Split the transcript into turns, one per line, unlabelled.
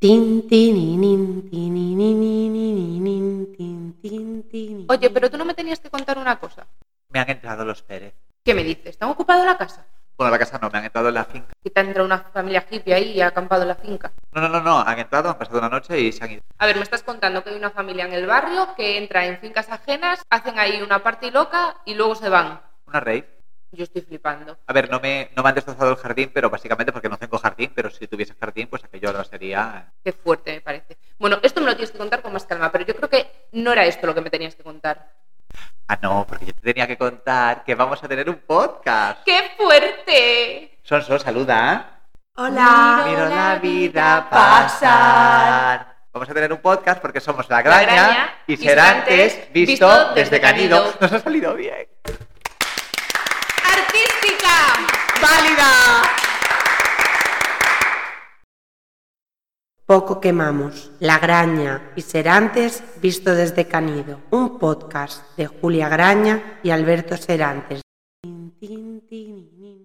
Tin, tininin, tinininin, tin, tin, tin,
Oye, pero tú no me tenías que contar una cosa.
Me han entrado los Pérez.
¿Qué me dices? ¿Están ocupado la casa?
Bueno, la casa no, me han entrado en la finca.
Que te ha entrado una familia hippie ahí y ha acampado en la finca.
No, no, no, no, han entrado, han pasado una noche y se han ido.
A ver, me estás contando que hay una familia en el barrio que entra en fincas ajenas, hacen ahí una party loca y luego se van.
Una rave.
Yo estoy flipando.
A ver, no me, no me han destrozado el jardín, pero básicamente porque no tengo jardín, pero si tuviese jardín, pues aquello ahora sería...
Qué fuerte me parece. Bueno, esto me lo tienes que contar con más calma, pero yo creo que no era esto lo que me tenías que contar.
Ah, no, porque yo te tenía que contar que vamos a tener un podcast.
¡Qué fuerte!
Sonso, saluda.
Hola.
Miro la vida pasar. Vamos a tener un podcast porque somos La Graña,
Graña
y Serantes visto desde Canido. Nos ha salido bien.
¡Artística!
¡Válida!
Poco quemamos, La Graña y Serantes visto desde Canido, un podcast de Julia Graña y Alberto Serantes. Tin, tin, tininin.